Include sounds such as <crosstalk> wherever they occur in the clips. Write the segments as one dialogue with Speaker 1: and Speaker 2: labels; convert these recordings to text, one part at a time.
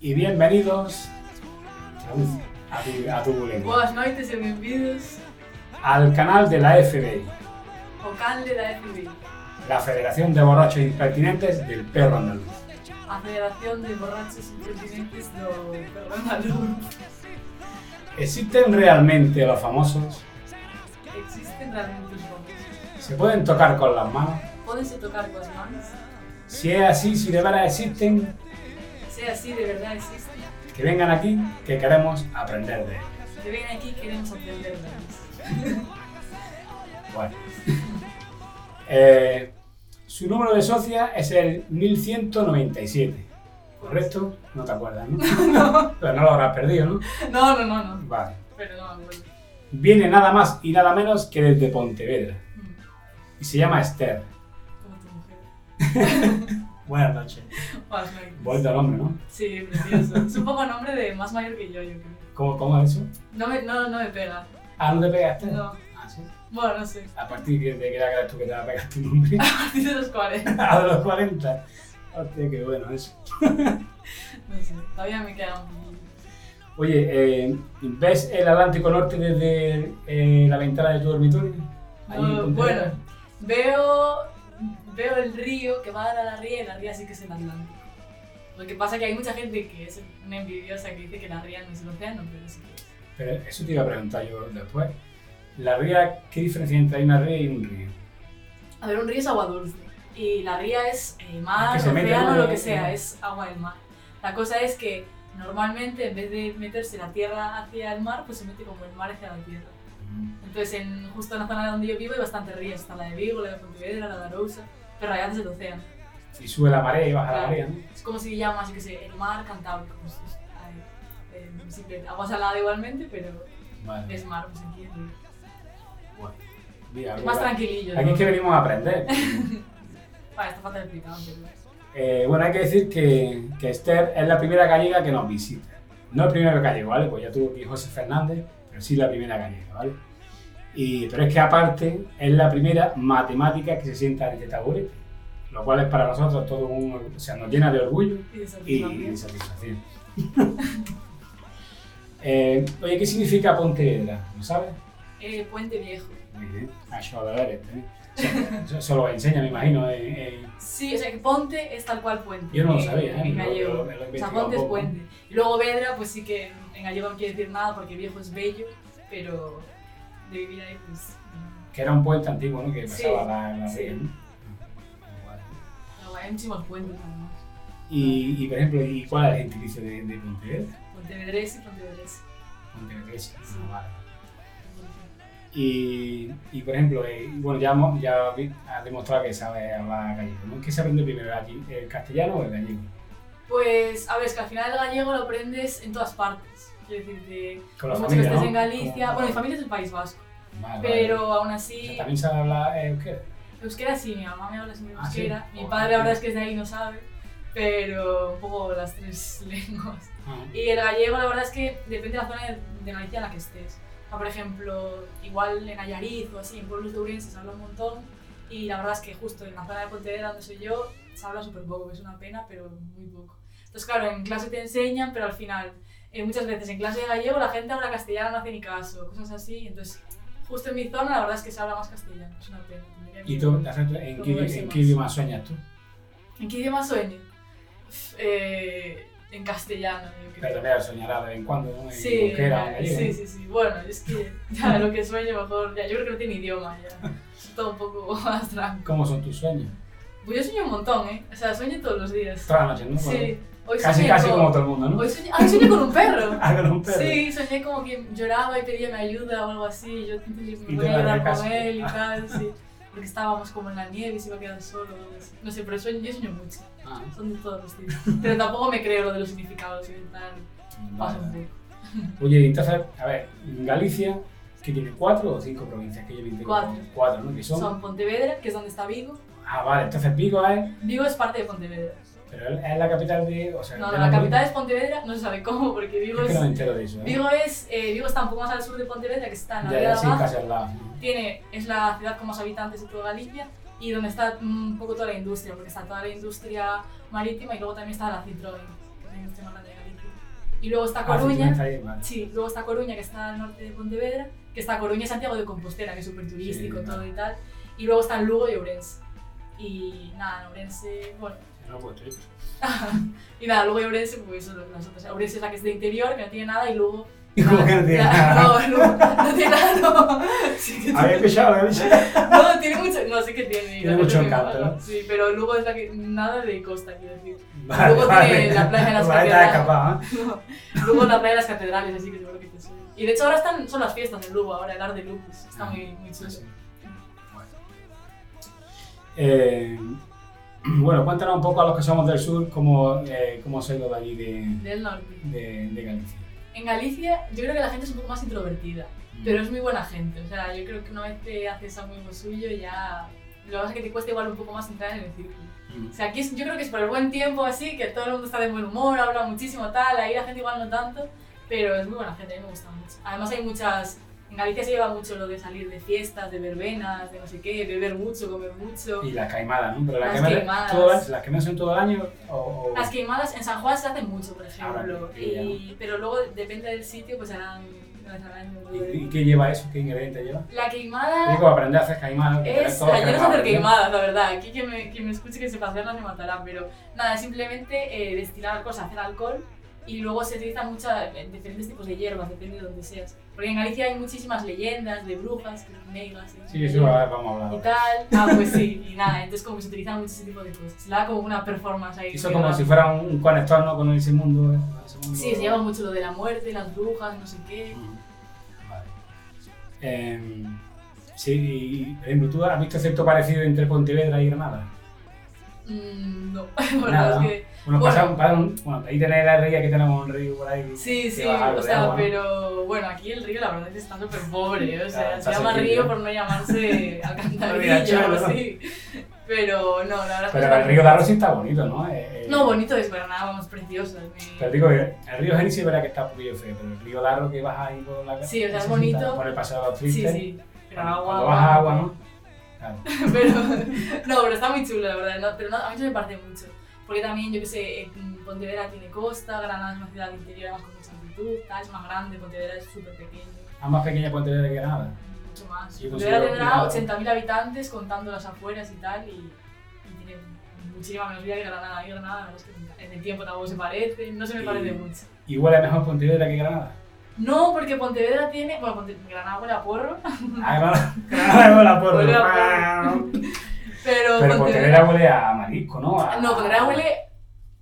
Speaker 1: y bienvenidos Uf, a tu, a tu bulería,
Speaker 2: Boas noites e benvidos
Speaker 1: al canal de la FBI,
Speaker 2: ao canle da FBI,
Speaker 1: la Federación de Borrachos Impertinentes del Perro Andaluz.
Speaker 2: a Federación de Borrachos Impertinentes do Perro Andaluz.
Speaker 1: ¿Existen realmente los famosos?
Speaker 2: Existen realmente os famosos.
Speaker 1: ¿Se pueden tocar con las manos?
Speaker 2: Pódense tocar coas mans?
Speaker 1: Si es así, si de verdad existen,
Speaker 2: Se así de verdade existen,
Speaker 1: que vengan aquí, que queremos aprender de ellos.
Speaker 2: que ven aquí queremos aprender deles.
Speaker 1: Bueno. Eh, su número de socia es el 1197. ¿Correcto? No te acuerdas, ¿no? Pero no lo habrás perdido, ¿no?
Speaker 2: <laughs> No, no, no, no.
Speaker 1: Vale.
Speaker 2: Pero no, bueno.
Speaker 1: Viene nada más y nada menos que desde Pontevedra.
Speaker 2: Mm,
Speaker 1: Y se llama Esther.
Speaker 2: Como tu mujer.
Speaker 1: Buenas noches.
Speaker 2: Boas noites.
Speaker 1: Vuelta al hombre, ¿no?
Speaker 2: Sí, precioso. Es un poco nombre de más mayor que yo, yo creo.
Speaker 1: ¿Cómo, cómo es eso?
Speaker 2: No me, no, no me pega.
Speaker 1: Ah, ¿no te pegaste?
Speaker 2: No.
Speaker 1: Ah, sí.
Speaker 2: Bueno, no sé. <laughs>
Speaker 1: A partir de que edad crees tú que te va a pegar tu nombre. <laughs>
Speaker 2: A partir de los 40.
Speaker 1: a los 40. Hostia, qué bueno eso.
Speaker 2: No sé. Todavía me queda un poquito.
Speaker 1: Oye, eh, ¿ves el Atlántico Norte desde eh, la ventana de tu dormitorio? Ahí en Pontevedra.
Speaker 2: No, Ah, bueno, veo, veo el río que va a dar a la ría y la ría sí que es el Atlántico. Lo que pasa es que hay mucha gente que es una envidiosa que dice que la ría no es el océano, pero sí que es.
Speaker 1: Pero eso te iba a preguntar yo después. La ría, ¿qué diferencia hay entre una ría y un río?
Speaker 2: A ver, un río es agua dulce y la ría es eh, mar,
Speaker 1: Es que se mete
Speaker 2: océano,
Speaker 1: agua
Speaker 2: lo que
Speaker 1: del-
Speaker 2: sea, es agua del mar. La cosa es que normalmente en vez de meterse la tierra hacia el mar, pues se mete como el mar hacia la tierra. Entonces, en, justo en la zona donde yo vivo hay bastantes ríos, está la de Vigo, la de Pontevedra, la de Arousa, pero allá es el océano.
Speaker 1: Y sube la marea y baja la
Speaker 2: Claro.
Speaker 1: marea, ¿no?
Speaker 2: Es como si llamas, yo qué sé, el mar Cantábrico. pues, es- ay, eh, simple, agua salada igualmente, pero
Speaker 1: Vale.
Speaker 2: es mar, pues aquí es río.
Speaker 1: Bueno. Mira,
Speaker 2: Es
Speaker 1: algo
Speaker 2: más
Speaker 1: que-
Speaker 2: tranquilillo.
Speaker 1: Aquí
Speaker 2: ¿no?
Speaker 1: es que venimos a aprender.
Speaker 2: Vale, está falta de explicar, pero...
Speaker 1: Eh, bueno, hay que decir que, que Esther es la primera gallega que nos visita. No el primer gallego, ¿vale? Pues ya tuvo aquí José Fernández, pero sí la primera gallega, ¿vale? Y, pero es que aparte es la primera matemática que se sienta en este taburete, lo cual es para nosotros todo un... O sea, nos llena de orgullo
Speaker 2: Y de
Speaker 1: y
Speaker 2: satisfacción.
Speaker 1: de satisfacción. <laughs> Eh, oye, ¿qué significa Pontevedra? ¿No sabes?
Speaker 2: Eh, Puente Viejo.
Speaker 1: Muy bien. Ah, yo lo veré, ¿eh? O sea, Eso eso lo enseña, me imagino, eh, en- en-
Speaker 2: Sí, o sea que Ponte es tal cual Puente.
Speaker 1: Yo no lo
Speaker 2: eh,
Speaker 1: sabía, ¿eh?
Speaker 2: En
Speaker 1: Lo-
Speaker 2: gallego.
Speaker 1: lo- me lo he
Speaker 2: o sea,
Speaker 1: investigado
Speaker 2: Ponte es
Speaker 1: poco.
Speaker 2: Puente. Y luego Vedra, pues sí que en gallego no quiere decir nada porque viejo es bello, pero de vivir ahí, pues. no.
Speaker 1: Que era un puente antiguo, ¿no? Que
Speaker 2: Sí,
Speaker 1: pasaba la, la
Speaker 2: sí.
Speaker 1: ría, ¿no?
Speaker 2: No, hay muchísimos puentes, nada más.
Speaker 1: Y, y, por ejemplo, ¿y cuál es el gentilicio de, de Pontevedra?
Speaker 2: Pontevedrés y Pontevedrés.
Speaker 1: Pontevedrés.
Speaker 2: Sí.
Speaker 1: Ah, vale. Y, y, por ejemplo, eh, bueno, ya, hemos- ya vi- has demostrado que sabes hablar gallego, ¿no? ¿Qué se aprende primero, allí, el castellano o el gallego?
Speaker 2: Pues, a ver, es que al final el gallego lo aprendes en todas partes. Quiero decirte,
Speaker 1: Con
Speaker 2: mucho que
Speaker 1: familia,
Speaker 2: estés
Speaker 1: ¿no?
Speaker 2: en Galicia.
Speaker 1: Con-
Speaker 2: Bueno, mi familia es del País Vasco,
Speaker 1: Vale, vale.
Speaker 2: pero aún
Speaker 1: O sea,
Speaker 2: así,
Speaker 1: ¿También sabe hablar eh, euskera?
Speaker 2: euskera sí, mi mamá me habla sin
Speaker 1: Ah, sí.
Speaker 2: euskera. Mi
Speaker 1: Joder,
Speaker 2: padre
Speaker 1: tío.
Speaker 2: ahora es que es de ahí, no sabe, pero un poco las tres <laughs> lenguas.
Speaker 1: Ah,
Speaker 2: Y el gallego, la verdad es que depende de la zona de, de Galicia en la que estés. O sea, por ejemplo, igual en Ayariz o así, en pueblos de Urense se habla un montón. Y la verdad es que justo en la zona de Pontevedra, donde soy yo, se habla súper poco, que es una pena, pero muy poco. Entonces, claro, en clase te enseñan, pero al final, eh, muchas veces en clase de gallego la gente habla castellano, no hace ni caso, cosas así. Entonces, justo en mi zona, la verdad es que se habla más castellano, es una pena. tendría que-
Speaker 1: ¿Y tú, de hacer- en qué,
Speaker 2: ¿Cómo lo
Speaker 1: en
Speaker 2: hicimos?
Speaker 1: qué idioma sueñas tú?
Speaker 2: ¿En qué idioma sueño? Uf, eh, en castellano, yo creo.
Speaker 1: Pero mira, soñarás de vez en cuando, ¿no? En
Speaker 2: Sí,
Speaker 1: euskera o en
Speaker 2: eh,
Speaker 1: gallego.
Speaker 2: sí, sí, sí. Bueno, es que <laughs> ya lo que sueño mejor, ya, yo creo que no tiene idioma, ya.
Speaker 1: <laughs>
Speaker 2: Es todo un poco <laughs> más tranquilo.
Speaker 1: ¿Cómo son tus sueños?
Speaker 2: Pues yo sueño un montón, ¿eh? O sea, sueño todos los días.
Speaker 1: Todas las noches, ¿no?
Speaker 2: Sí. pues Hoy
Speaker 1: Casi,
Speaker 2: soñé
Speaker 1: casi
Speaker 2: con-
Speaker 1: como todo el mundo, ¿no? <laughs>
Speaker 2: Hoy soñé... Ah, hoy soñé con un perro.
Speaker 1: Ah, con un perro.
Speaker 2: Sí, soñé como que lloraba y pedía mi ayuda o algo así. y Yo <laughs> entonces
Speaker 1: Y tú
Speaker 2: me voy a
Speaker 1: la
Speaker 2: ayudar
Speaker 1: dejas.
Speaker 2: con él y
Speaker 1: <laughs>
Speaker 2: tal, sí. Porque estábamos como en la nieve y se iba a quedar solo. o algo así. No sé, pero sueño, yo sueño mucho.
Speaker 1: Ah,
Speaker 2: Son de todos
Speaker 1: <laughs>
Speaker 2: los días. Pero tampoco me creo lo de los significados y tal. Pasa un
Speaker 1: vale.
Speaker 2: poco.
Speaker 1: Oye, entonces, a ver, Galicia, que tiene cuatro o cinco provincias que yo me entero
Speaker 2: Cuatro.
Speaker 1: con cuatro, ¿no? Que son.
Speaker 2: Son Pontevedra, que es donde está Vigo.
Speaker 1: Ah, vale, entonces Vigo es,
Speaker 2: Vigo es parte de Pontevedra.
Speaker 1: pero es es la capital de, o sea,
Speaker 2: No,
Speaker 1: de
Speaker 2: no, la capital es Pontevedra, no se sabe cómo, porque Vigo
Speaker 1: Es que no me
Speaker 2: es.
Speaker 1: entero de eso. ¿eh?
Speaker 2: Vigo es. eh, Vigo está un poco más al sur de Pontevedra, que está en la
Speaker 1: ya,
Speaker 2: Ría
Speaker 1: ya,
Speaker 2: de
Speaker 1: sí,
Speaker 2: Abajo.
Speaker 1: casi al lado. ¿no?
Speaker 2: Tiene, es la ciudad con más habitantes de toda Galicia y donde está mm, un poco toda la industria, porque está toda la industria marítima y luego también está la Citroën, que es la industria más grande de Galicia. Y luego está
Speaker 1: Ah,
Speaker 2: Coruña.
Speaker 1: efectivamente, ahí, vale.
Speaker 2: Sí, luego está Coruña, que está al norte de Pontevedra, que está Coruña y Santiago de Compostela, que es súper turístico,
Speaker 1: Sí,
Speaker 2: todo
Speaker 1: claro.
Speaker 2: y tal. Y luego están Lugo y Ourense. Y nada, en Ourense, bueno.
Speaker 1: No, pues, esto.
Speaker 2: y nada, Lugo y Ourense, pues son las- las otras. Ourense es la que es de interior, que no tiene nada, y Lugo.
Speaker 1: ¿Y cómo que no tiene nada?
Speaker 2: No, Lugo, no tiene nada, no. Sí que
Speaker 1: Había escuchado, había dicho.
Speaker 2: no, tiene mucho. No, sí que tiene.
Speaker 1: Tiene mucho
Speaker 2: que-
Speaker 1: encanto, ¿no?
Speaker 2: Sí, pero Lugo es la que. Nada de costa, quiero decir.
Speaker 1: Vale,
Speaker 2: Luego
Speaker 1: vale.
Speaker 2: tiene la playa de las
Speaker 1: Vale, te has
Speaker 2: catedrales.
Speaker 1: escapado, ¿eh?
Speaker 2: Lugo es la playa de las catedrales, así que seguro que te suena. Y de hecho ahora están, son las fiestas en Lugo, ahora el arte de Lupus. Está muy, muy chulo.
Speaker 1: Ah, Sí. Bueno. Eh, <clears throat> bueno, cuéntanos un poco a los que somos del sur cómo, eh, cómo se ha ido de allí de,
Speaker 2: Del norte.
Speaker 1: de- de Galicia.
Speaker 2: En Galicia yo creo que la gente es un poco más introvertida,
Speaker 1: Mm.
Speaker 2: pero es muy buena gente. O sea, yo creo que una vez te haces amigo suyo ya... Lo que pasa es que te cuesta igual un poco más entrar en el círculo.
Speaker 1: Mm.
Speaker 2: O sea, aquí es- yo creo que es por el buen tiempo así, que todo el mundo está de buen humor, habla muchísimo tal, ahí la gente igual no tanto, pero es muy buena gente, a mí me gusta mucho. Además hay muchas... En Galicia se lleva mucho lo de salir de fiestas, de verbenas, de no sé qué, beber mucho, comer mucho.
Speaker 1: Y las caimadas, ¿no? Pero las,
Speaker 2: Las
Speaker 1: caimadas,
Speaker 2: queimadas.
Speaker 1: todas, las queimadas son todo el año o, o-
Speaker 2: Las queimadas en San Juan se hacen mucho, por ejemplo.
Speaker 1: Ahora que- que ya
Speaker 2: y, pero luego, depende del sitio, pues harán. las harán un
Speaker 1: ¿Y,
Speaker 2: poco de-
Speaker 1: y qué lleva eso? ¿Qué ingrediente lleva?
Speaker 2: La
Speaker 1: Yo
Speaker 2: queimada
Speaker 1: digo, aprender a hacer caimadas. que
Speaker 2: Ah. es.
Speaker 1: tenés todo
Speaker 2: ah, yo no sé hacer
Speaker 1: cremado, ¿no?
Speaker 2: queimadas, la verdad. Aquí quien me, quien me escuche que sepa hacerlas me matará. Pero nada, simplemente eh, destilar cosas, hacer alcohol. Y luego se utilizan muchas, diferentes tipos de hierbas, depende de donde seas. Porque en Galicia hay muchísimas leyendas de brujas, que son negras. y no sé
Speaker 1: Sí, eso
Speaker 2: qué.
Speaker 1: va- vamos a hablar.
Speaker 2: y
Speaker 1: ahora.
Speaker 2: tal, ah, pues sí, y nada, entonces como que se utilizan muchísimo tipo de cosas. Se le da como una performance ahí.
Speaker 1: Eso
Speaker 2: muy
Speaker 1: como
Speaker 2: rara.
Speaker 1: si fuera un, un conector, ¿no? Con ese mundo. ¿eh? Ese mundo-
Speaker 2: Sí, se lleva mucho lo de la muerte, las brujas, no sé qué.
Speaker 1: Ujú. Vale. Em, sí, y, por ejemplo, ¿tú has visto cierto parecido entre Pontevedra y Granada?
Speaker 2: Mm, no, <laughs> la verdad
Speaker 1: Nada,
Speaker 2: es que.
Speaker 1: Bueno,
Speaker 2: Bueno.
Speaker 1: pasaron- pasaron- bueno, ahí tenéis la ría que tenemos un río por ahí. que- que
Speaker 2: Sí, sí,
Speaker 1: baja algo
Speaker 2: o
Speaker 1: de
Speaker 2: sea,
Speaker 1: agua, ¿no?
Speaker 2: pero bueno, aquí el río la verdad es que está súper pobre, o sea,
Speaker 1: Claro,
Speaker 2: se
Speaker 1: está
Speaker 2: llama
Speaker 1: sequía.
Speaker 2: río por
Speaker 1: <laughs>
Speaker 2: no llamarse alcantarilla o
Speaker 1: Riachuelo,
Speaker 2: algo
Speaker 1: ¿no?
Speaker 2: así. Pero no, la verdad es que.
Speaker 1: Pero
Speaker 2: está-
Speaker 1: el río de Arroz sí está bonito, ¿no? Eh, eh,
Speaker 2: No, bonito es para nada, vamos, precioso. me-
Speaker 1: Pero digo, eh, el río Geni sí verá que está un poquillo feo, pero el río Darro que baja ahí por la
Speaker 2: Sí, o sea, es
Speaker 1: ese
Speaker 2: bonito.
Speaker 1: está Por el paseo de los
Speaker 2: Sí,
Speaker 1: tristes.
Speaker 2: sí, pero
Speaker 1: Cuando-
Speaker 2: agua.
Speaker 1: Cuando baja agua, ¿no? Claro.
Speaker 2: <laughs> pero no, pero está muy chulo, la verdad. no, pero no, a mí no me parece mucho. Porque también, yo qué sé, eh, Pontevedra tiene costa, Granada es una ciudad de interior, además con mucha altitud, tal, es más grande, Pontevedra es súper pequeño,
Speaker 1: Ambas pequeñas Pontevedra que Granada.
Speaker 2: mucho más.
Speaker 1: Yo considero
Speaker 2: Pontevedra tendrá
Speaker 1: Granada-
Speaker 2: 80.000 habitantes contando las afueras y tal, y, y tiene muchísima menos vida que Granada. Y Granada, la verdad es que nunca- en el tiempo tampoco se parece, no se me
Speaker 1: Y-
Speaker 2: parece mucho.
Speaker 1: Igual es mejor Pontevedra que Granada.
Speaker 2: <laughs> No, porque Pontevedra tiene, bueno, Ponte- Granada huele a porro, <laughs>
Speaker 1: Ah, Granada, <laughs> Granada huele a porro.
Speaker 2: Huele a porro.
Speaker 1: Ah,
Speaker 2: pero,
Speaker 1: Pero Pontevedra huele a marisco, ¿no? A-
Speaker 2: No, Pontevedra huele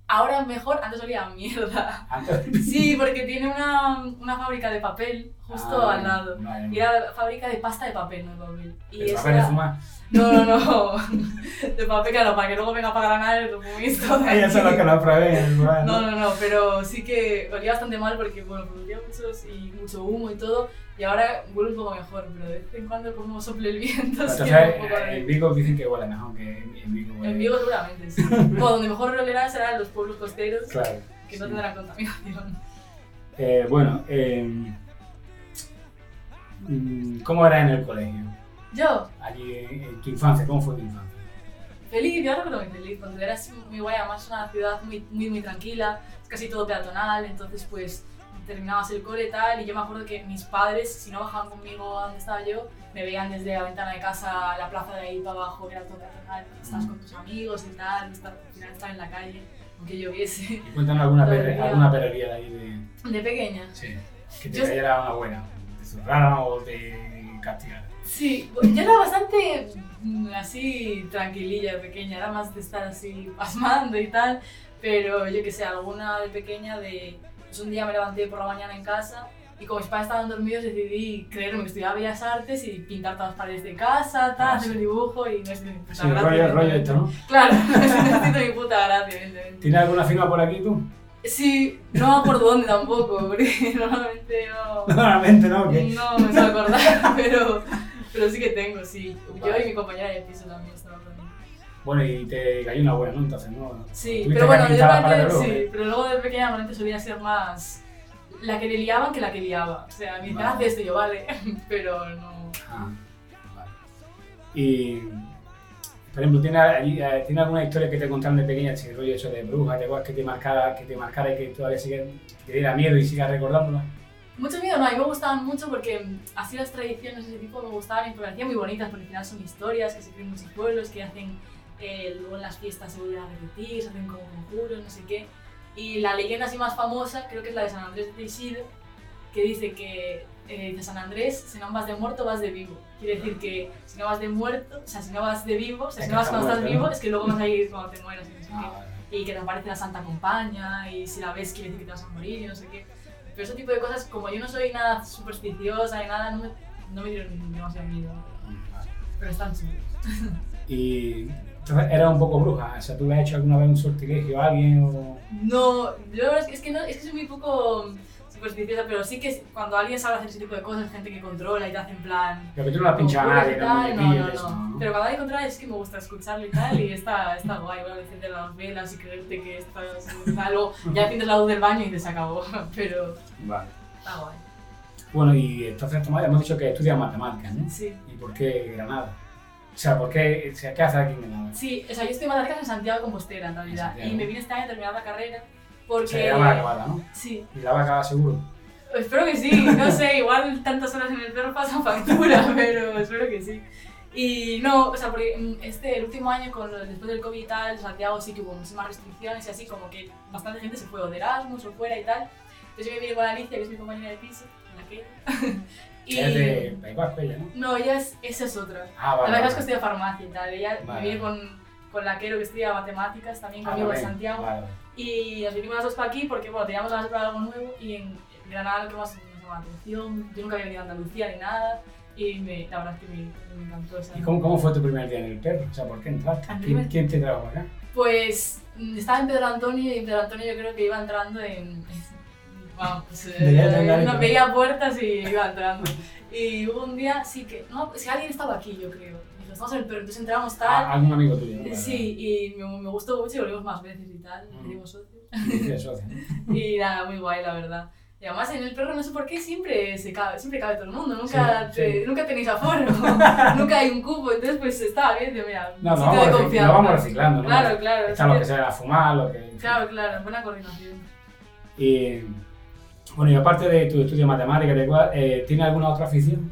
Speaker 2: ahora mejor, antes olía a mierda.
Speaker 1: <laughs> Antes-
Speaker 2: Sí, porque tiene una, una fábrica de papel <laughs> justo
Speaker 1: Ah,
Speaker 2: al lado.
Speaker 1: vale.
Speaker 2: Y era la fábrica de pasta de papel, no de papel. Y
Speaker 1: El
Speaker 2: esa-
Speaker 1: papel de fumar.
Speaker 2: <laughs>
Speaker 1: <laughs>
Speaker 2: No, no, no. <laughs> De papel, claro, para que luego venga a pagar a nadie lo visto.
Speaker 1: Ah, Ya son los que lo proveen. bueno.
Speaker 2: No, no, no, pero sí que olía bastante mal porque, bueno, producía muchos y mucho humo y todo. Y ahora huele un poco mejor, pero de vez en cuando como sople el viento, sí que
Speaker 1: Entonces, eh,
Speaker 2: un poco
Speaker 1: en
Speaker 2: de-
Speaker 1: Vigo dicen que huele mejor que en eh, Vigo. huele-
Speaker 2: En Vigo
Speaker 1: <laughs>
Speaker 2: seguramente, sí. Bueno, donde mejor olerá será en los pueblos costeros,
Speaker 1: Claro.
Speaker 2: que no
Speaker 1: sí.
Speaker 2: tendrán contaminación.
Speaker 1: Eh, bueno, eh, mm, ¿cómo era en el colegio?
Speaker 2: Yo,
Speaker 1: Allí en, en tu infancia, ¿cómo fue tu infancia?
Speaker 2: Feliz, yo recuerdo muy feliz. Pontevedra es muy guay, además es una ciudad muy, muy, muy tranquila, es casi todo peatonal, entonces pues terminabas el cole y tal, y yo me acuerdo que mis padres, si no bajaban conmigo a donde estaba yo, me veían desde la ventana de casa a la plaza de ahí para abajo, que era todo peatonal, estabas con tus amigos y tal, estar, al final estar en la calle, aunque lloviese. <laughs>
Speaker 1: Y cuéntanos alguna,
Speaker 2: Todo el
Speaker 1: perre-
Speaker 2: día.
Speaker 1: alguna perrería de allí de,
Speaker 2: De pequeña.
Speaker 1: sí, que te
Speaker 2: Yo-
Speaker 1: cayera una buena, te zurraran o te castigaran.
Speaker 2: Sí, yo era bastante mm, así tranquililla de pequeña, era más de estar así pasmando y tal, pero yo que sé, alguna de pequeña de, pues un día me levanté por la mañana en casa y como mis padres estaban dormidos decidí creerme que estudiaba Bellas Artes y pintar todas las paredes de casa,
Speaker 1: Ah,
Speaker 2: tal, hacer
Speaker 1: sí.
Speaker 2: un dibujo y no es mi puta
Speaker 1: Sí,
Speaker 2: gracia,
Speaker 1: rollo, rollo
Speaker 2: evidentemente.
Speaker 1: esto, ¿no? <laughs>
Speaker 2: Claro, <laughs> no es mi puta gracia, evidentemente.
Speaker 1: ¿Tienes alguna firma por aquí tú?
Speaker 2: Sí, no me acuerdo dónde tampoco, porque <laughs> normalmente no...
Speaker 1: <laughs> Normalmente no, que
Speaker 2: No me suelo acordar, <laughs> pero, pero sí que tengo, sí. Yo y mi compañera de piso también estaba por ahí.
Speaker 1: Bueno, y te cayó una buena, ¿no? Entonces, ¿no?
Speaker 2: Sí,
Speaker 1: Tuviste
Speaker 2: pero bueno,
Speaker 1: que
Speaker 2: yo
Speaker 1: pintar la pared
Speaker 2: también,
Speaker 1: luego,
Speaker 2: sí,
Speaker 1: ¿eh?
Speaker 2: pero luego de pequeña normalmente solía ser más la que le liaban que la que liaba. O sea, mi
Speaker 1: Vale.
Speaker 2: hija hace esto y yo, <laughs> vale, pero no.
Speaker 1: Ah, vale. Y Por ejemplo, ¿tiene, allí, eh, ¿tiene alguna historia que te contaron de pequeña, ese rollo hecho de brujas, de cosas que te marcara, que te marcara y que todavía sigue, que te diera miedo y sigas recordándola?
Speaker 2: Mucho miedo no, a mí me gustaban mucho porque mm, así las tradiciones de ese tipo me gustaban y me parecían muy bonitas porque al final son historias que se creen muchos pueblos, que hacen, eh, luego en las fiestas se vuelven a repetir, se hacen como conjuros, no sé qué. Y la leyenda así más famosa creo que es la de San Andrés de Isidro, que dice que eh, de San Andrés, si no vas de muerto, vas de vivo. Quiere decir que si no vas de muerto, o sea, si no vas de vivo, o sea,
Speaker 1: Es
Speaker 2: si
Speaker 1: que
Speaker 2: no vas
Speaker 1: está
Speaker 2: cuando estás
Speaker 1: muerto, ¿no?
Speaker 2: vivo, es que luego vas a ir cuando te mueras. Y no sé qué
Speaker 1: Ah, vale.
Speaker 2: y que te aparece la Santa Compaña, y si la ves quiere decir que te vas a morir, y no sé qué. Pero ese tipo de cosas, como yo no soy nada supersticiosa ni nada, no me, no me dieron demasiado miedo.
Speaker 1: Mm, vale.
Speaker 2: Pero están chulos.
Speaker 1: Y entonces eras un poco bruja, o sea, tú le has hecho alguna vez un sortilegio a alguien o...
Speaker 2: No, yo la verdad es que, es que no, es que soy muy poco supersticiosa, pero sí que cuando alguien sabe hacer ese tipo de cosas, gente que controla y te hace en plan...
Speaker 1: Pero que tú no la pinchado a nadie,
Speaker 2: conjuros y
Speaker 1: era un
Speaker 2: tal, no,
Speaker 1: muñequillo
Speaker 2: no,
Speaker 1: y eso,
Speaker 2: no.
Speaker 1: ¿no?
Speaker 2: Pero cuando alguien controla es que me gusta escucharlo y tal, y está, está guay, bueno, encender las velas y creerte que estás... Algo, ya enciendes la luz del baño y te se acabó, <laughs> pero
Speaker 1: Vale.
Speaker 2: está guay.
Speaker 1: Bueno, y entonces Tomás, hemos dicho que estudias matemáticas, ¿no?
Speaker 2: Sí.
Speaker 1: ¿Y por qué Granada? O sea, ¿por qué, o sea, ¿qué haces aquí en Granada?
Speaker 2: Sí, o sea, yo estoy más en Santiago de Compostela, en realidad.
Speaker 1: Santiago.
Speaker 2: Y me vine este año a terminar la carrera
Speaker 1: O
Speaker 2: porque...
Speaker 1: sea, ya va acabada, ¿no?
Speaker 2: sí,
Speaker 1: Y la va a acabar seguro.
Speaker 2: espero que sí. No sé, igual tantas horas en el perro pasan factura, <laughs> pero espero que sí. Y no, o sea, porque mm, este, el último año, con, lo- después del COVID y tal, Santiago sí que hubo muchísimas restricciones y así, como que bastante gente se fue o de Erasmus o fuera y tal. Entonces yo me vine con Alicia, que es mi compañera de piso, en la que... <laughs> y...
Speaker 1: Que es de Paiguas Pella, ¿no?
Speaker 2: No, ella es, esa es otra.
Speaker 1: Ah,
Speaker 2: La
Speaker 1: vale.
Speaker 2: verdad es que
Speaker 1: vale.
Speaker 2: estudia farmacia y tal. Ella
Speaker 1: Vale.
Speaker 2: viene con, con la Quero que estudia matemáticas también
Speaker 1: Ah,
Speaker 2: conmigo de
Speaker 1: vale,
Speaker 2: Santiago.
Speaker 1: Vale, vale.
Speaker 2: Y nos vinimos las dos para aquí porque bueno, teníamos ganas de probar algo nuevo y en Granada lo que más nos llamó la atención. Yo nunca había venido a Andalucía ni nada y me, la verdad es que me, me encantó esa.
Speaker 1: ¿Y cómo, cómo fue tu primer día en el perro? O sea, ¿por qué entraste?
Speaker 2: Ah,
Speaker 1: ¿Quién,
Speaker 2: primer-
Speaker 1: quién te trajo acá?
Speaker 2: Pues mm, estaba en Pedro Antonio y en Pedro Antonio yo creo que iba entrando en. <laughs> Vamos, pues, eh,
Speaker 1: <laughs> Veía la nariz,
Speaker 2: no
Speaker 1: ¿no?
Speaker 2: veía
Speaker 1: <laughs>
Speaker 2: puertas y iba entrando. Y hubo un día, sí que. No, si alguien estaba aquí, yo creo. Dijo, estamos en el Perú, entonces entramos tal.
Speaker 1: Ah, algún amigo tuyo. ¿no? Vale,
Speaker 2: Sí, y me, me gustó mucho y volvimos más veces y tal,
Speaker 1: Mm.
Speaker 2: tenemos socios.
Speaker 1: vale. Y eso, ¿no?
Speaker 2: Y nada, muy guay, la verdad. Y además en el perro no sé por qué siempre se cabe, siempre cabe todo el mundo, nunca,
Speaker 1: Sí,
Speaker 2: te-
Speaker 1: sí.
Speaker 2: nunca
Speaker 1: <laughs>
Speaker 2: tenéis aforo, nunca hay un cupo, entonces pues estaba bien, yo, mira,
Speaker 1: No,
Speaker 2: sitio
Speaker 1: lo
Speaker 2: de
Speaker 1: vamos, reciclando,
Speaker 2: confianza.
Speaker 1: lo vamos reciclando, ¿no?
Speaker 2: Claro, claro,
Speaker 1: Está lo que
Speaker 2: sí,
Speaker 1: sea a fumar, lo que...
Speaker 2: claro, claro, buena coordinación.
Speaker 1: Y, bueno, y aparte de tu estudio de matemáticas, de cual, eh, ¿tienes alguna otra afición?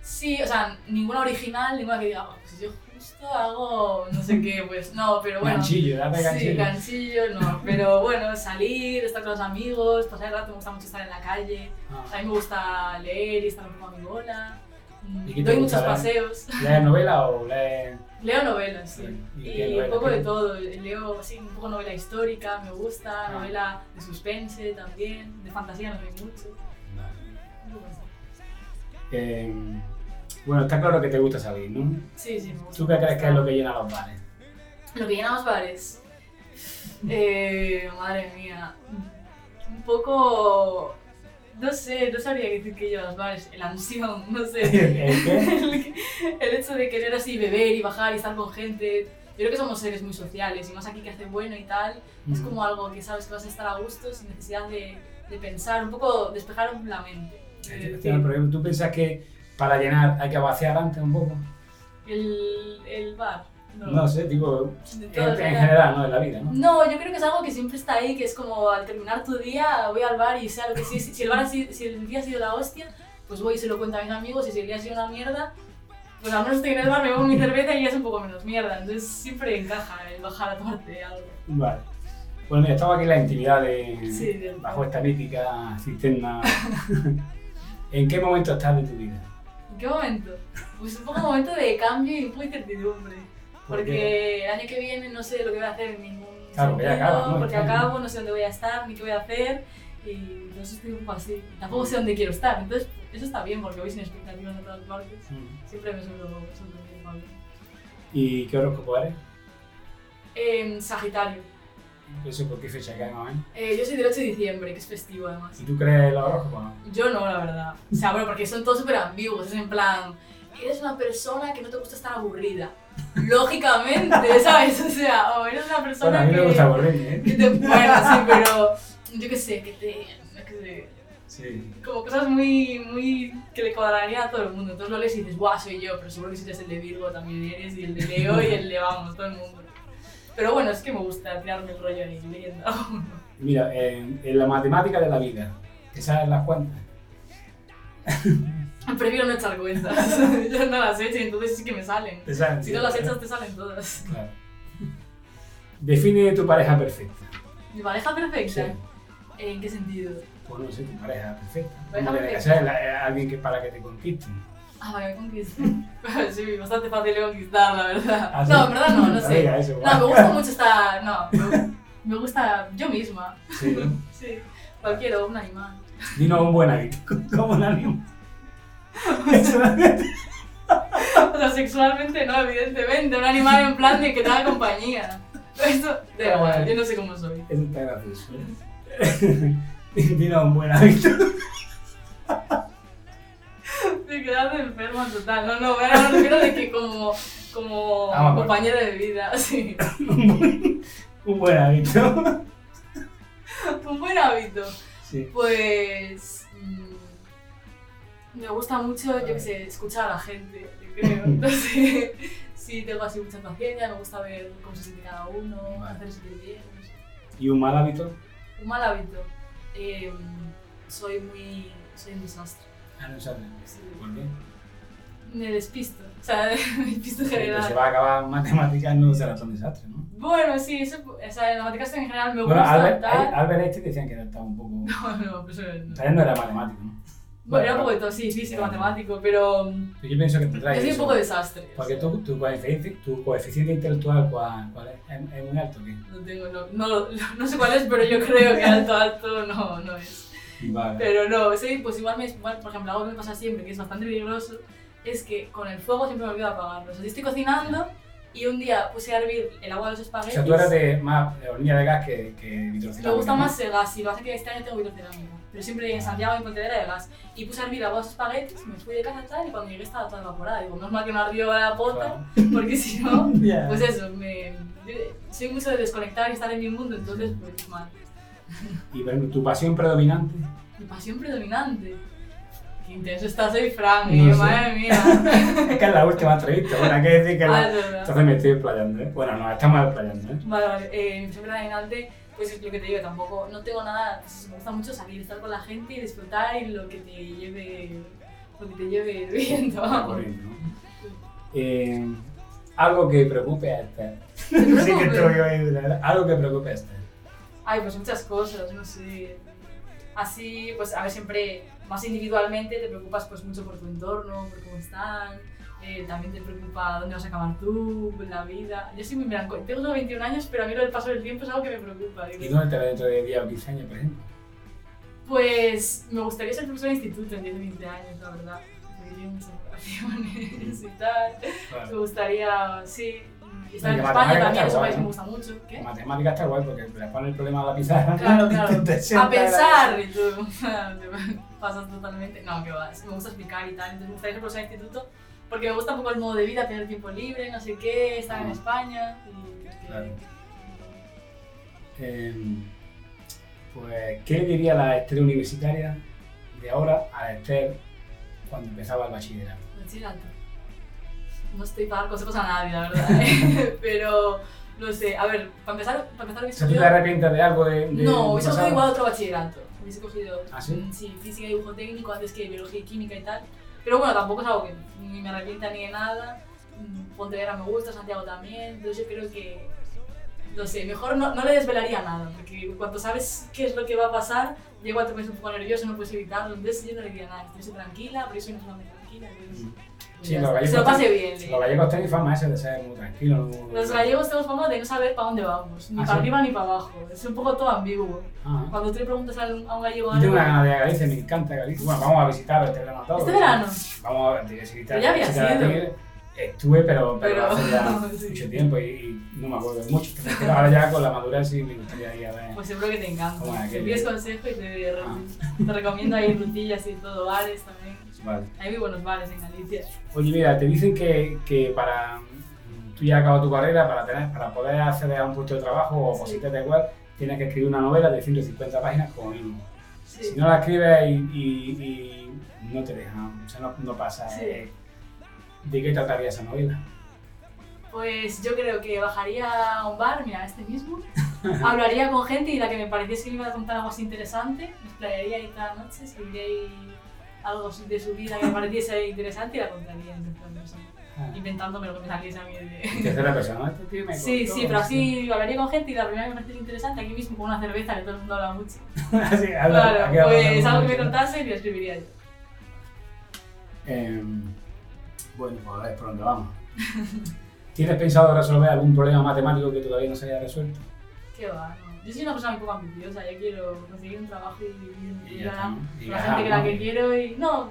Speaker 2: Sí, o sea, ninguna original, ninguna que diga, "Oh, pues yo justo hago no sé qué, pues no, pero bueno.
Speaker 1: Ganchillo, dame
Speaker 2: Sí,
Speaker 1: ganchillo.
Speaker 2: ganchillo, no, pero bueno, salir, estar con los amigos, pasar el rato, me gusta mucho estar en la calle,
Speaker 1: Ah.
Speaker 2: A mí me gusta leer y estar un poco a mi bola. Mm,
Speaker 1: ¿Y qué te
Speaker 2: Doy
Speaker 1: gusta
Speaker 2: muchos
Speaker 1: leer?
Speaker 2: paseos. <laughs>
Speaker 1: ¿Lees novela o lees...?
Speaker 2: Leo novelas, sí.
Speaker 1: ¿Y qué
Speaker 2: Y un
Speaker 1: novela
Speaker 2: poco de
Speaker 1: tienes?
Speaker 2: todo. Leo así, un poco novela histórica, me gusta.
Speaker 1: Ah.
Speaker 2: Novela de suspense también. De fantasía no doy mucho. Me gusta.
Speaker 1: Eh, bueno, está claro que te gusta salir, ¿no?
Speaker 2: Sí, sí, me gusta.
Speaker 1: ¿Tú qué crees que es lo que llena los bares? <laughs>
Speaker 2: Lo que llenamos bares. Eh, madre mía. Un poco. No sé, no sabría qué decir que lleva los bares. El ansión, no sé.
Speaker 1: ¿El qué?
Speaker 2: el, <laughs> el hecho de querer así beber y bajar y estar con gente. Yo creo que somos seres muy sociales y más aquí que hace bueno y tal. Es
Speaker 1: Mm.
Speaker 2: como algo que sabes que vas a estar a gusto sin necesidad de, de pensar, un poco despejar la mente.
Speaker 1: Eh,
Speaker 2: Eh,
Speaker 1: tío, por ejemplo, ¿Tú piensas que para llenar hay que vaciar antes un poco?
Speaker 2: El, el bar. No,
Speaker 1: No sé, digo,
Speaker 2: de
Speaker 1: en,
Speaker 2: todo
Speaker 1: en
Speaker 2: el día.
Speaker 1: general, ¿no? En la vida, ¿no?
Speaker 2: No, yo creo que es algo que siempre está ahí, que es como al terminar tu día voy al bar y sea lo que sí, si, si el bar ha sido- si el día ha sido la hostia, pues voy y se lo cuento a mis amigos y si el día ha sido una mierda, pues al menos estoy en el bar, me bebo mi cerveza y ya es un poco menos mierda, entonces siempre encaja el bajar a tomarte algo.
Speaker 1: Vale. Bueno, mira, estamos aquí en la intimidad de,
Speaker 2: Mm. Sí, del-
Speaker 1: bajo esta mítica
Speaker 2: <laughs>
Speaker 1: cisterna. <laughs> ¿En qué momento estás de tu vida?
Speaker 2: ¿En qué momento? Pues un poco momento de cambio y un poco de incertidumbre,
Speaker 1: ¿Por
Speaker 2: porque el año que viene no sé lo que voy a hacer en ningún
Speaker 1: Claro, que ya
Speaker 2: sentido,
Speaker 1: acabas, ¿no?
Speaker 2: porque
Speaker 1: Claro.
Speaker 2: acabo, no sé dónde voy a estar, ni qué voy a hacer, y entonces estoy un poco así. Tampoco sé dónde quiero estar, entonces eso está bien, porque voy sin expectativas a todas partes.
Speaker 1: Mm.
Speaker 2: Siempre me suelo sorprender Pablo.
Speaker 1: ¿Y qué horóscopo eres?
Speaker 2: Eh, Sagitario.
Speaker 1: No sé por qué fecha cae más o menos.
Speaker 2: Eh, yo soy del 8 de diciembre, que es festivo además.
Speaker 1: ¿Y tú crees en los horóscopos? no?
Speaker 2: Yo no, la verdad. O sea, bueno, porque son todos súper ambiguos. Es en plan, eres una persona que no te gusta estar aburrida. Lógicamente, <laughs> ¿sabes? O sea, o eres una
Speaker 1: Bueno,
Speaker 2: persona
Speaker 1: a mí
Speaker 2: que...
Speaker 1: me gusta aburrirme, ¿eh?
Speaker 2: que te- bueno, sí, pero yo qué sé, que te... yo qué sé,
Speaker 1: Sí.
Speaker 2: Como cosas muy, muy que le cuadrarían a todo el mundo. Entonces lo lees y dices, guau, soy yo, pero seguro que si eres el de Virgo también eres, y el de Leo, y el de vamos, todo el mundo. Pero bueno, es que me gusta tirarme el rollo ahí leyendo. <laughs>
Speaker 1: Mira, en, en la matemática de la vida, esa es la cuenta.
Speaker 2: Prefiero no echar cuentas. <laughs> Yo no las he hecho, entonces sí que me salen.
Speaker 1: Esa-
Speaker 2: Si no las echas, te salen todas.
Speaker 1: Claro. Define tu pareja perfecta.
Speaker 2: Mi pareja perfecta.
Speaker 1: Sí.
Speaker 2: ¿En qué sentido?
Speaker 1: Pues no sé, tu pareja perfecta.
Speaker 2: Pareja
Speaker 1: Hombre,
Speaker 2: perfecta.
Speaker 1: esa es la- es alguien que para que te conquiste.
Speaker 2: Ah, para que <laughs> conquistar. sí, bastante fácil de conquistar, la verdad.
Speaker 1: Ah, sí.
Speaker 2: No, en verdad
Speaker 1: <laughs>
Speaker 2: no, no sé.
Speaker 1: Amiga, eso,
Speaker 2: No,
Speaker 1: guau.
Speaker 2: me gusta mucho
Speaker 1: <laughs>
Speaker 2: estar. No, me, me gusta yo misma.
Speaker 1: Sí.
Speaker 2: Sí, cualquiera, un animal.
Speaker 1: <laughs> Dinos un buen hábito. <laughs> Como un ánimo. Eso es.
Speaker 2: <laughs> O sea, sexualmente no, evidentemente. Un animal en plan de que te haga compañía. Esto, da igual, yo no sé cómo soy.
Speaker 1: Eso está gracioso. ¿eh? <laughs> Dinos un buen hábito. <laughs>
Speaker 2: Te quedas enferma total. No, no, pero me refiero de que como, como
Speaker 1: Ah, bueno.
Speaker 2: compañera de vida, <laughs> sí.
Speaker 1: un buen hábito. <laughs>
Speaker 2: Un buen hábito.
Speaker 1: Sí.
Speaker 2: Pues. mm, me gusta mucho, yo qué sé, escuchar a la gente, yo
Speaker 1: <laughs>
Speaker 2: creo. Entonces, sí, tengo así mucha paciencia, me gusta ver cómo se siente cada uno,
Speaker 1: Vale.
Speaker 2: hacer sentir bien. no sé.
Speaker 1: Y un mal hábito.
Speaker 2: Un mal hábito. eh, soy muy. soy un desastre.
Speaker 1: Ah, no sabes.
Speaker 2: sí.
Speaker 1: ¿Por qué?
Speaker 2: Me despisto, o sea, <laughs> me despisto en
Speaker 1: Porque se
Speaker 2: general.
Speaker 1: va a acabar matemáticas, no será tan desastre, ¿no?
Speaker 2: Bueno, sí, eso, o sea, en matemáticas en general me
Speaker 1: Bueno,
Speaker 2: gusta
Speaker 1: Albert, eh,
Speaker 2: tal.
Speaker 1: Albert Einstein decían que estaba un poco.
Speaker 2: <laughs> No, no, pues, eh, no.
Speaker 1: También no era matemático, ¿no?
Speaker 2: Bueno, era
Speaker 1: Bueno,
Speaker 2: un poco de todo, sí, físico,
Speaker 1: ya.
Speaker 2: matemático, pero mm,
Speaker 1: Pero Yo pienso que tendrá
Speaker 2: yo soy un
Speaker 1: eso.
Speaker 2: poco desastre. o
Speaker 1: Porque
Speaker 2: sea.
Speaker 1: tu, tu, coeficiente, tu coeficiente intelectual, ¿cuál, cuál es? ¿Es, es muy alto? ¿qué?
Speaker 2: No tengo, no, no, <laughs> no sé cuál es, pero yo creo que alto, alto no, no es.
Speaker 1: Vale.
Speaker 2: Pero no, sí, pues igual, me, igual, por ejemplo, algo que me pasa siempre, que es bastante peligroso, es que con el fuego siempre me olvido apagarlo. O sea, si estoy cocinando y un día puse a hervir el agua de los
Speaker 1: O
Speaker 2: espaguetis,
Speaker 1: sea, tú eras de más de hornilla de gas que, que vitrocerámica.
Speaker 2: me gusta
Speaker 1: ¿no?
Speaker 2: más el gas y lo hace que este año tengo vitrocerámica. Pero siempre en Santiago en Pontevedra de gas. Y puse a hervir el agua de los espaguetis, me fui de casa tal, y cuando llegué estaba toda evaporada. Digo, menos mal que no ardió la pota,
Speaker 1: Claro.
Speaker 2: porque si no...
Speaker 1: <laughs> Ya.
Speaker 2: Pues eso, me, yo soy mucho de desconectar y estar en mi mundo, entonces pues mal.
Speaker 1: Y por ejemplo, tu pasión predominante.
Speaker 2: Mi pasión predominante. Qué intenso estás hoy, Fran,
Speaker 1: No
Speaker 2: eh,
Speaker 1: sé. <laughs>
Speaker 2: madre mía.
Speaker 1: Es que es la última entrevista. Bueno, hay que decir que.
Speaker 2: Ah,
Speaker 1: la-
Speaker 2: es verdad.
Speaker 1: Entonces me estoy explayando, ¿eh? Bueno, nos estamos
Speaker 2: <laughs>
Speaker 1: explayando, ¿eh?
Speaker 2: Vale, vale. Eh, mi pasión predominante, pues es lo que te digo, tampoco, no tengo nada, pues, me gusta mucho salir, estar con la gente y disfrutar y lo que te lleve, lo que te lleve el <laughs>
Speaker 1: La
Speaker 2: viento.
Speaker 1: corriente, ¿no? Eh, algo que preocupe a Esther.
Speaker 2: preocupe?
Speaker 1: <laughs> sí que estoy hoy, la verdad. Algo que preocupe a Esther.
Speaker 2: Ay, pues muchas cosas, no sé. Así, pues a ver, siempre más individualmente te preocupas pues mucho por tu entorno, por cómo están. eh, también te preocupa dónde vas a acabar tú, la vida. Yo soy muy melancólica. Tengo solo 21 años, pero a mí lo del paso del tiempo es algo que me preocupa. digo.
Speaker 1: ¿Y dónde te ves dentro de 10 o 15 años, por ejemplo?
Speaker 2: Pues me gustaría ser profesora de instituto en 10 o 20 años, la verdad. Porque tiene muchas vocaciones y tal. Me gustaría, sí. y estar en
Speaker 1: Venga,
Speaker 2: España
Speaker 1: matemáticas está
Speaker 2: también, es un
Speaker 1: guay,
Speaker 2: país que
Speaker 1: ¿no?
Speaker 2: me gusta mucho. ¿Qué?
Speaker 1: Matemática está guay porque le pones el problema a la pizarra. <laughs>
Speaker 2: Claro, claro.
Speaker 1: Te sientas
Speaker 2: a
Speaker 1: en la-
Speaker 2: pensar y tú <laughs> te pasas totalmente. No, que va, es- me gusta explicar y tal. Entonces me gustaría ser profesora de instituto porque me gusta un poco el modo de vida, tener tiempo libre, no sé qué, estar en
Speaker 1: Ah.
Speaker 2: España. Y,
Speaker 1: Claro. Eh, pues, ¿qué le diría la Esther universitaria de ahora a la Esther cuando empezaba el bachillerato?
Speaker 2: Bachillerato. No estoy para dar consejos a nadie, la
Speaker 1: <laughs>
Speaker 2: verdad. <laughs> ¿eh? Pero, no sé, a ver, para empezar, para empezar
Speaker 1: O
Speaker 2: hubiese
Speaker 1: sea, ¿tú te
Speaker 2: cogido-
Speaker 1: arrepientes de algo de, de
Speaker 2: No,
Speaker 1: tu
Speaker 2: hubiese
Speaker 1: pasado?
Speaker 2: cogido igual otro bachillerato. Hubiese cogido
Speaker 1: ¿Ah, sí?
Speaker 2: mm, física y dibujo técnico antes que biología y química y tal. Pero bueno, tampoco es algo que ni me arrepienta ni de nada. Mm, Pontevedra me gusta, Santiago también. Entonces yo creo que, no sé, mejor no, no le desvelaría nada. Porque en cuanto sabes qué es lo que va a pasar, llego a te pones un poco nervioso, no puedes evitarlo. Entonces yo no le diría nada. Estoy tranquila, pero yo soy una persona muy tranquila. entonces,
Speaker 1: Mm.
Speaker 2: pues
Speaker 1: Sí,
Speaker 2: ya
Speaker 1: los
Speaker 2: está. Que
Speaker 1: gallegos
Speaker 2: se lo pase bien.
Speaker 1: Los
Speaker 2: sí.
Speaker 1: gallegos tenéis fama esa de ser muy tranquilos. no-
Speaker 2: Los gallegos tenemos fama de no saber para dónde vamos, ni
Speaker 1: ¿Ah,
Speaker 2: para
Speaker 1: sí?
Speaker 2: arriba ni para abajo. Es un poco todo ambiguo.
Speaker 1: Ah,
Speaker 2: Cuando tú le preguntas a un a un gallego
Speaker 1: yo tengo una
Speaker 2: algo,
Speaker 1: gana de ir a Galicia, me encanta Galicia. Bueno, vamos a visitar el verano a todos.
Speaker 2: Este verano.
Speaker 1: Vamos a visitar.
Speaker 2: Pero ya había
Speaker 1: visitar a
Speaker 2: sido.
Speaker 1: Tigre. Estuve, pero, pero,
Speaker 2: Pero-
Speaker 1: hace ya
Speaker 2: <laughs> sí.
Speaker 1: mucho tiempo y, y no me acuerdo de mucho. Pero ahora ya con la madura sí me gustaría ir a ver.
Speaker 2: Pues seguro que te
Speaker 1: Como en
Speaker 2: encanta.
Speaker 1: aquel Ah.
Speaker 2: Te pides
Speaker 1: día.
Speaker 2: consejo y te, re- te recomiendo ahí rutillas y todo, bares también.
Speaker 1: Vale.
Speaker 2: Hay muy buenos bares en Galicia.
Speaker 1: Oye, mira, te dicen que, que para. mm, Tú ya has acabado tu carrera, para, tener, para poder acceder a un puesto de trabajo o
Speaker 2: Sí.
Speaker 1: posiciones de igual, tienes que escribir una novela de 150 páginas como mínimo.
Speaker 2: Sí.
Speaker 1: Si no la escribes y, y- y no te dejan, o sea, no, no pasa.
Speaker 2: Sí.
Speaker 1: eh, ¿De qué trataría esa novela?
Speaker 2: Pues yo creo que bajaría a un bar, mira, este mismo,
Speaker 1: <laughs>
Speaker 2: hablaría con gente y la que me pareciese que me iba a contar algo así interesante, me explayaría ahí cada noche, escribiría ahí algo de su vida que me pareciese interesante y la contaría en tercera persona,
Speaker 1: Ah,
Speaker 2: inventándome lo que me saliese a mí de...
Speaker 1: en tercera persona, ¿no? Este tío me
Speaker 2: Sí,
Speaker 1: contó,
Speaker 2: sí, pero
Speaker 1: sí.
Speaker 2: así hablaría con gente y la primera que me pareciese interesante, aquí mismo con una cerveza que todo el mundo habla mucho.
Speaker 1: Así, habla- aquí
Speaker 2: Claro,
Speaker 1: habla
Speaker 2: pues
Speaker 1: mucho.
Speaker 2: algo que me contase y lo escribiría yo.
Speaker 1: Em, bueno, pues a ver por dónde vamos. <laughs> ¿Tienes pensado resolver algún problema matemático que todavía no se haya resuelto?
Speaker 2: Qué va, no. Yo soy una persona muy poco ambiciosa, yo quiero conseguir un trabajo y vivir mi
Speaker 1: Y
Speaker 2: vida.
Speaker 1: ya está, ¿no? Y
Speaker 2: con la
Speaker 1: ya,
Speaker 2: gente que la
Speaker 1: ¿no?
Speaker 2: que quiero y no,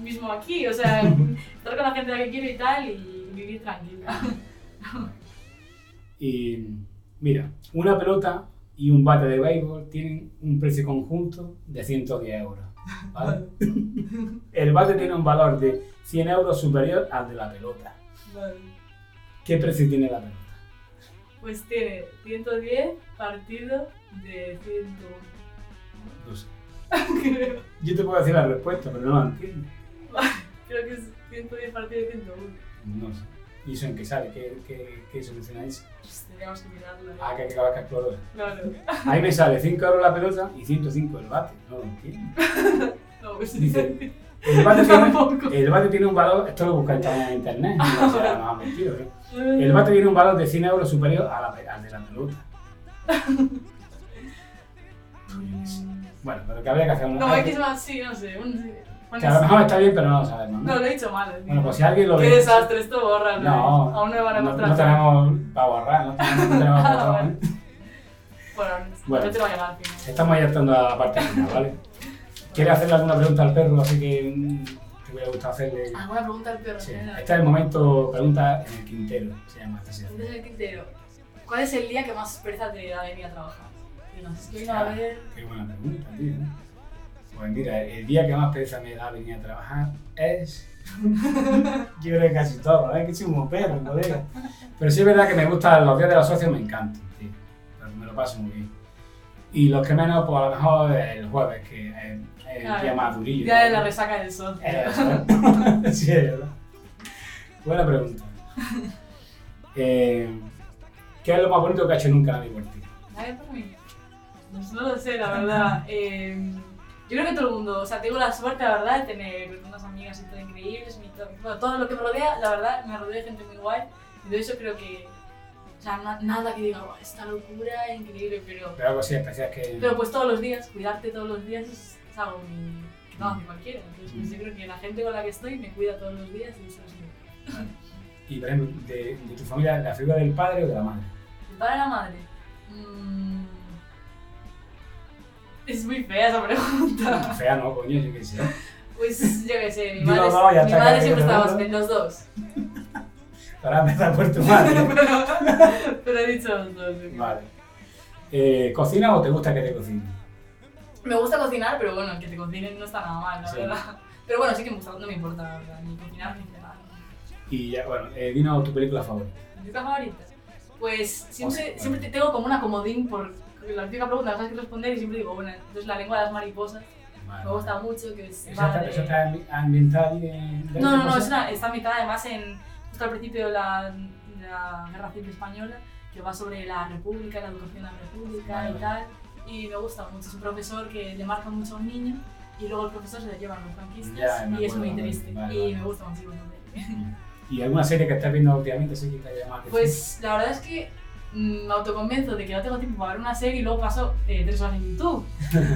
Speaker 2: mismo aquí,
Speaker 1: <laughs>
Speaker 2: o sea, estar con la gente a la que quiero y tal y vivir tranquila. <laughs>
Speaker 1: Y mira, una pelota y un bate de béisbol tienen un precio conjunto de 110 euros.
Speaker 2: <laughs>
Speaker 1: ¿vale? El bate tiene un valor de 100 euros superior al de la pelota.
Speaker 2: Vale.
Speaker 1: ¿Qué precio tiene la pelota?
Speaker 2: Pues tiene 110 partido de 100,
Speaker 1: No sé.
Speaker 2: <laughs> creo,
Speaker 1: Yo te puedo decir la respuesta, pero no la entiendo.
Speaker 2: creo que es 110 partido de 101.
Speaker 1: No sé. ¿Y eso en qué sale? ¿Qué, qué, qué soluciona eso?
Speaker 2: Pues tendríamos que mirarlo.
Speaker 1: Ah, que hay que acabar calculadora.
Speaker 2: Claro,
Speaker 1: Ahí me sale 5 euros la pelota y 105 el bate. No lo entiendo.
Speaker 2: no, pues <laughs>
Speaker 1: Dice, El bate tiene,
Speaker 2: tampoco.
Speaker 1: el bate tiene un valor, esto lo buscáis también en internet, no sé,
Speaker 2: <laughs>
Speaker 1: no ha mentido, ¿eh?
Speaker 2: El
Speaker 1: El bate tiene un valor de 100 euros superior a la pe- al de la pelota. Bueno, pero que habría que hacer una.
Speaker 2: No, es que es más, sí, no sé. Un,
Speaker 1: que a lo mejor está bien, pero no lo sabemos. ¿no?
Speaker 2: no, lo he dicho mal. tío.
Speaker 1: bueno, pues si alguien lo
Speaker 2: Qué
Speaker 1: ve.
Speaker 2: desastre, esto borra.
Speaker 1: No,
Speaker 2: aún no me van a
Speaker 1: no,
Speaker 2: mostrar.
Speaker 1: no tenemos para borrar, no tenemos, no
Speaker 2: <laughs>
Speaker 1: tenemos
Speaker 2: Ah,
Speaker 1: botón,
Speaker 2: vale.
Speaker 1: ¿eh?
Speaker 2: Bueno,
Speaker 1: Bueno.
Speaker 2: no te va a llegar al final.
Speaker 1: Estamos ya estando a la parte final, ¿vale? ¿Quieres hacerle alguna pregunta al perro? Así que mm, te hubiera gustado hacerle.
Speaker 2: ¿Alguna pregunta al perro?
Speaker 1: Sí.
Speaker 2: Venga.
Speaker 1: Este es el momento, pregunta en el Quintero, se llama este esta sección.
Speaker 2: Entonces, el Quintero, ¿cuál es el día que más pereza te da venir a trabajar? Y nos escriben a
Speaker 1: Hostia.
Speaker 2: ver.
Speaker 1: Qué buena pregunta, tío. ¿eh? Pues mira, el día que más pereza me da venir a trabajar es. <laughs> Yo creo que casi todo, ¿verdad? Que soy un perro, colega. Pero sí es verdad que me gustan los días de los socios, me encantan, tío. Pero Me lo paso muy bien. Y los que menos, pues a lo mejor el jueves, que es es el día
Speaker 2: Claro.
Speaker 1: más durillo.
Speaker 2: Día de la
Speaker 1: ¿no?
Speaker 2: resaca del sol.
Speaker 1: Eh, ¿sabes? sí, es verdad. Buena pregunta. Eh, ¿Qué es lo más bonito que ha hecho nunca la por ti?
Speaker 2: Nadie por mí. Pues no lo sé, la verdad. Eh, yo creo que todo el mundo, o sea, tengo la suerte, la verdad, de tener unas amigas y todo increíbles. mi to- bueno, todo lo que me rodea, la verdad, me rodea de gente muy guay. Entonces, yo creo que. O sea, na- nada que diga, "Buah, esta locura, increíble, pero.
Speaker 1: Pero algo así especial que.
Speaker 2: Pero pues todos los días, cuidarte todos los días es, es algo muy- que no hace cualquiera. Entonces pues, yo creo que la gente con la que estoy me cuida todos los días y eso es muy...
Speaker 1: Y por ejemplo, de, de tu familia, ¿la figura del padre o de la madre?
Speaker 2: ¿El padre o la madre? Mm, Es muy fea esa pregunta.
Speaker 1: Fea, no, coño, yo qué sé.
Speaker 2: Pues yo qué sé, mi
Speaker 1: Dilo,
Speaker 2: madre,
Speaker 1: no, ya
Speaker 2: mi
Speaker 1: está,
Speaker 2: madre
Speaker 1: ya
Speaker 2: siempre
Speaker 1: que te
Speaker 2: estaba
Speaker 1: pregunto.
Speaker 2: en
Speaker 1: <laughs>
Speaker 2: los dos.
Speaker 1: Ahora me da por tu madre.
Speaker 2: pero, pero he dicho los dos. yo creo.
Speaker 1: Vale. Eh, ¿Cocina o te gusta que te cocine?
Speaker 2: Me gusta cocinar, pero bueno, que te cocinen no está nada mal, la
Speaker 1: Sí.
Speaker 2: verdad. Pero bueno, sí que me gusta, no me importa, la verdad, ni cocinar ni cenar.
Speaker 1: Y ya, bueno, eh, dinos tu película favorita.
Speaker 2: ¿Mi película favorita? Pues siempre,
Speaker 1: Bueno,
Speaker 2: siempre te tengo como una comodín por la típica pregunta, no sabes qué responder y siempre digo, bueno, entonces la lengua de las mariposas
Speaker 1: Vale.
Speaker 2: me gusta mucho, que es...
Speaker 1: ¿Esa está,
Speaker 2: madre.
Speaker 1: esa está ambi- ambientada ahí en-
Speaker 2: No, no,
Speaker 1: en-
Speaker 2: no, es una- está mitad además en, justo al principio de la, de la Guerra Civil Española, que va sobre la República, la educación de la República
Speaker 1: Vale,
Speaker 2: y
Speaker 1: vale.
Speaker 2: tal, y me gusta mucho, es un profesor que le marca mucho a un niño y luego el profesor se lo llevan los franquistas
Speaker 1: Ya, me
Speaker 2: y es
Speaker 1: acuerdo,
Speaker 2: muy
Speaker 1: vale,
Speaker 2: triste,
Speaker 1: vale,
Speaker 2: y
Speaker 1: vale.
Speaker 2: me gusta mucho. bueno,
Speaker 1: ¿Y alguna serie que estás viendo últimamente? Sí, que te haya llamado la atención?
Speaker 2: Pues la verdad es que mm, me autoconvenzo de que no tengo tiempo para ver una serie y luego paso eh, tres horas
Speaker 1: <laughs>
Speaker 2: en YouTube.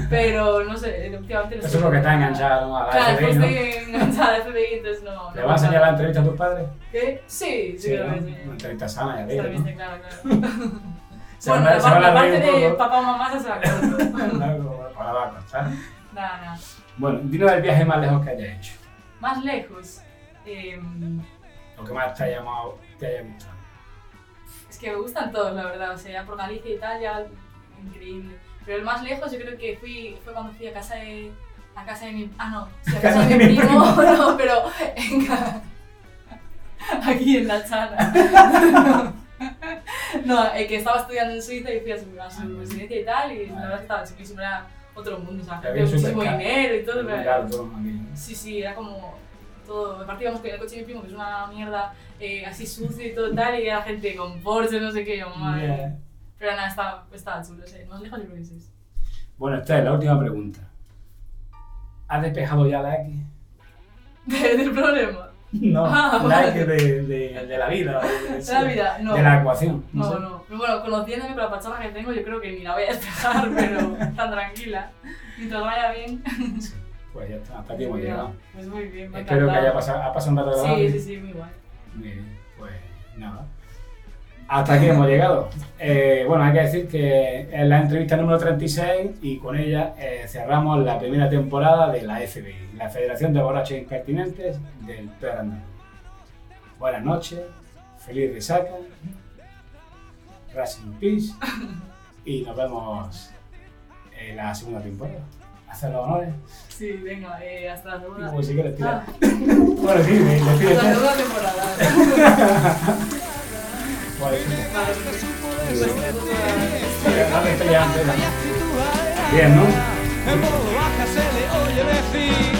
Speaker 2: Pero no sé, eh, últimamente no
Speaker 1: Eso
Speaker 2: estoy-
Speaker 1: es porque está enganchada ¿no? a la
Speaker 2: Claro, pues es que
Speaker 1: FBI, ¿no?
Speaker 2: estoy enganchada al FBI, entonces
Speaker 1: <laughs>
Speaker 2: no.
Speaker 1: ¿Le
Speaker 2: no
Speaker 1: vas a enseñar la
Speaker 2: pasa.
Speaker 1: entrevista a tus padres?
Speaker 2: ¿Qué? Sí, sí,
Speaker 1: ¿no?
Speaker 2: creo que sí.
Speaker 1: Una entrevista sana, ya
Speaker 2: Se
Speaker 1: ves, Eh,
Speaker 2: la
Speaker 1: ¿no?
Speaker 2: viste, claro, claro.
Speaker 1: <laughs> Se
Speaker 2: Bueno,
Speaker 1: van a-
Speaker 2: la
Speaker 1: se van
Speaker 2: parte,
Speaker 1: a
Speaker 2: la parte
Speaker 1: reír un
Speaker 2: de
Speaker 1: poco.
Speaker 2: papá o mamá se la
Speaker 1: <laughs>
Speaker 2: acuerdo.
Speaker 1: Algo para la costar.
Speaker 2: Nada, nada.
Speaker 1: Bueno, dinos el viaje más lejos que hayas hecho.
Speaker 2: Más lejos. em,
Speaker 1: Lo que más te haya llamado, te haya gustado.
Speaker 2: Es que me gustan todos, la verdad. O sea, por Galicia y tal, ya increíble. Pero el más lejos yo creo que fui, fue cuando fui a casa de, a casa de mi... Ah, no, sí, <laughs> a casa de mi primo, <laughs> no, pero en ca- <laughs> aquí en la <laughs> chana. Ah, No, eh, que estaba estudiando en Suiza y fui a su, a su residencia y tal, y la verdad que estaba chulísimo, era otro mundo, o sea,
Speaker 1: Había
Speaker 2: de muchísimo
Speaker 1: supercar-
Speaker 2: dinero y todo. pero-
Speaker 1: Claro, todo aquello.
Speaker 2: Sí, sí, era como todo. Aparte íbamos con el coche de mi primo, que es una mierda eh, así sucio y todo tal, y era gente con Porsche, no sé qué, yo, madre.
Speaker 1: Bien.
Speaker 2: Pero nada, estaba, estaba chulo, o sea, más lejos yo creo que es eso.
Speaker 1: Bueno, esta es la última pregunta. ¿Has despejado ya la X?
Speaker 2: <laughs>
Speaker 1: <laughs>
Speaker 2: De- Del problema.
Speaker 1: No,
Speaker 2: Ah,
Speaker 1: la
Speaker 2: vale.
Speaker 1: X de, de- de la vida. De,
Speaker 2: De la vida, no.
Speaker 1: De la ecuación. No,
Speaker 2: No,
Speaker 1: sé.
Speaker 2: no. Pero bueno, conociéndome con la pachorra que tengo, yo creo que ni la voy a despejar, <laughs> pero tan tranquila. Mientras vaya bien.
Speaker 1: Pues ya está, hasta aquí hemos
Speaker 2: Mira,
Speaker 1: llegado.
Speaker 2: Pues muy bien, me ha
Speaker 1: Espero que haya
Speaker 2: encantado.
Speaker 1: pasado, ha pasado un rato agradable.
Speaker 2: Sí, sí, sí, muy guay.
Speaker 1: Muy bien, pues nada. Hasta aquí hemos llegado. Eh, bueno, hay que decir que es la entrevista número 36 y con ella eh, cerramos la primera temporada de la FBI, la Federación de Borrachos Impertinentes del Perro Andaluz. Buenas noches, feliz resaca, Racing Peace y nos vemos en la segunda temporada. Hacer los honores.
Speaker 2: Sí, venga, eh, hasta la segunda.
Speaker 1: Como si quieres tirar.
Speaker 2: Ah,
Speaker 1: Bueno, sí, me- me
Speaker 2: hasta la <laughs>
Speaker 1: pides.
Speaker 2: segunda temporada.
Speaker 1: <laughs> Vale, sí.
Speaker 2: Vale, pues,
Speaker 1: <laughs>
Speaker 2: pues,
Speaker 1: Déjame pelear, espera. Bien, ¿no?
Speaker 3: En Bolovaca se le oye decir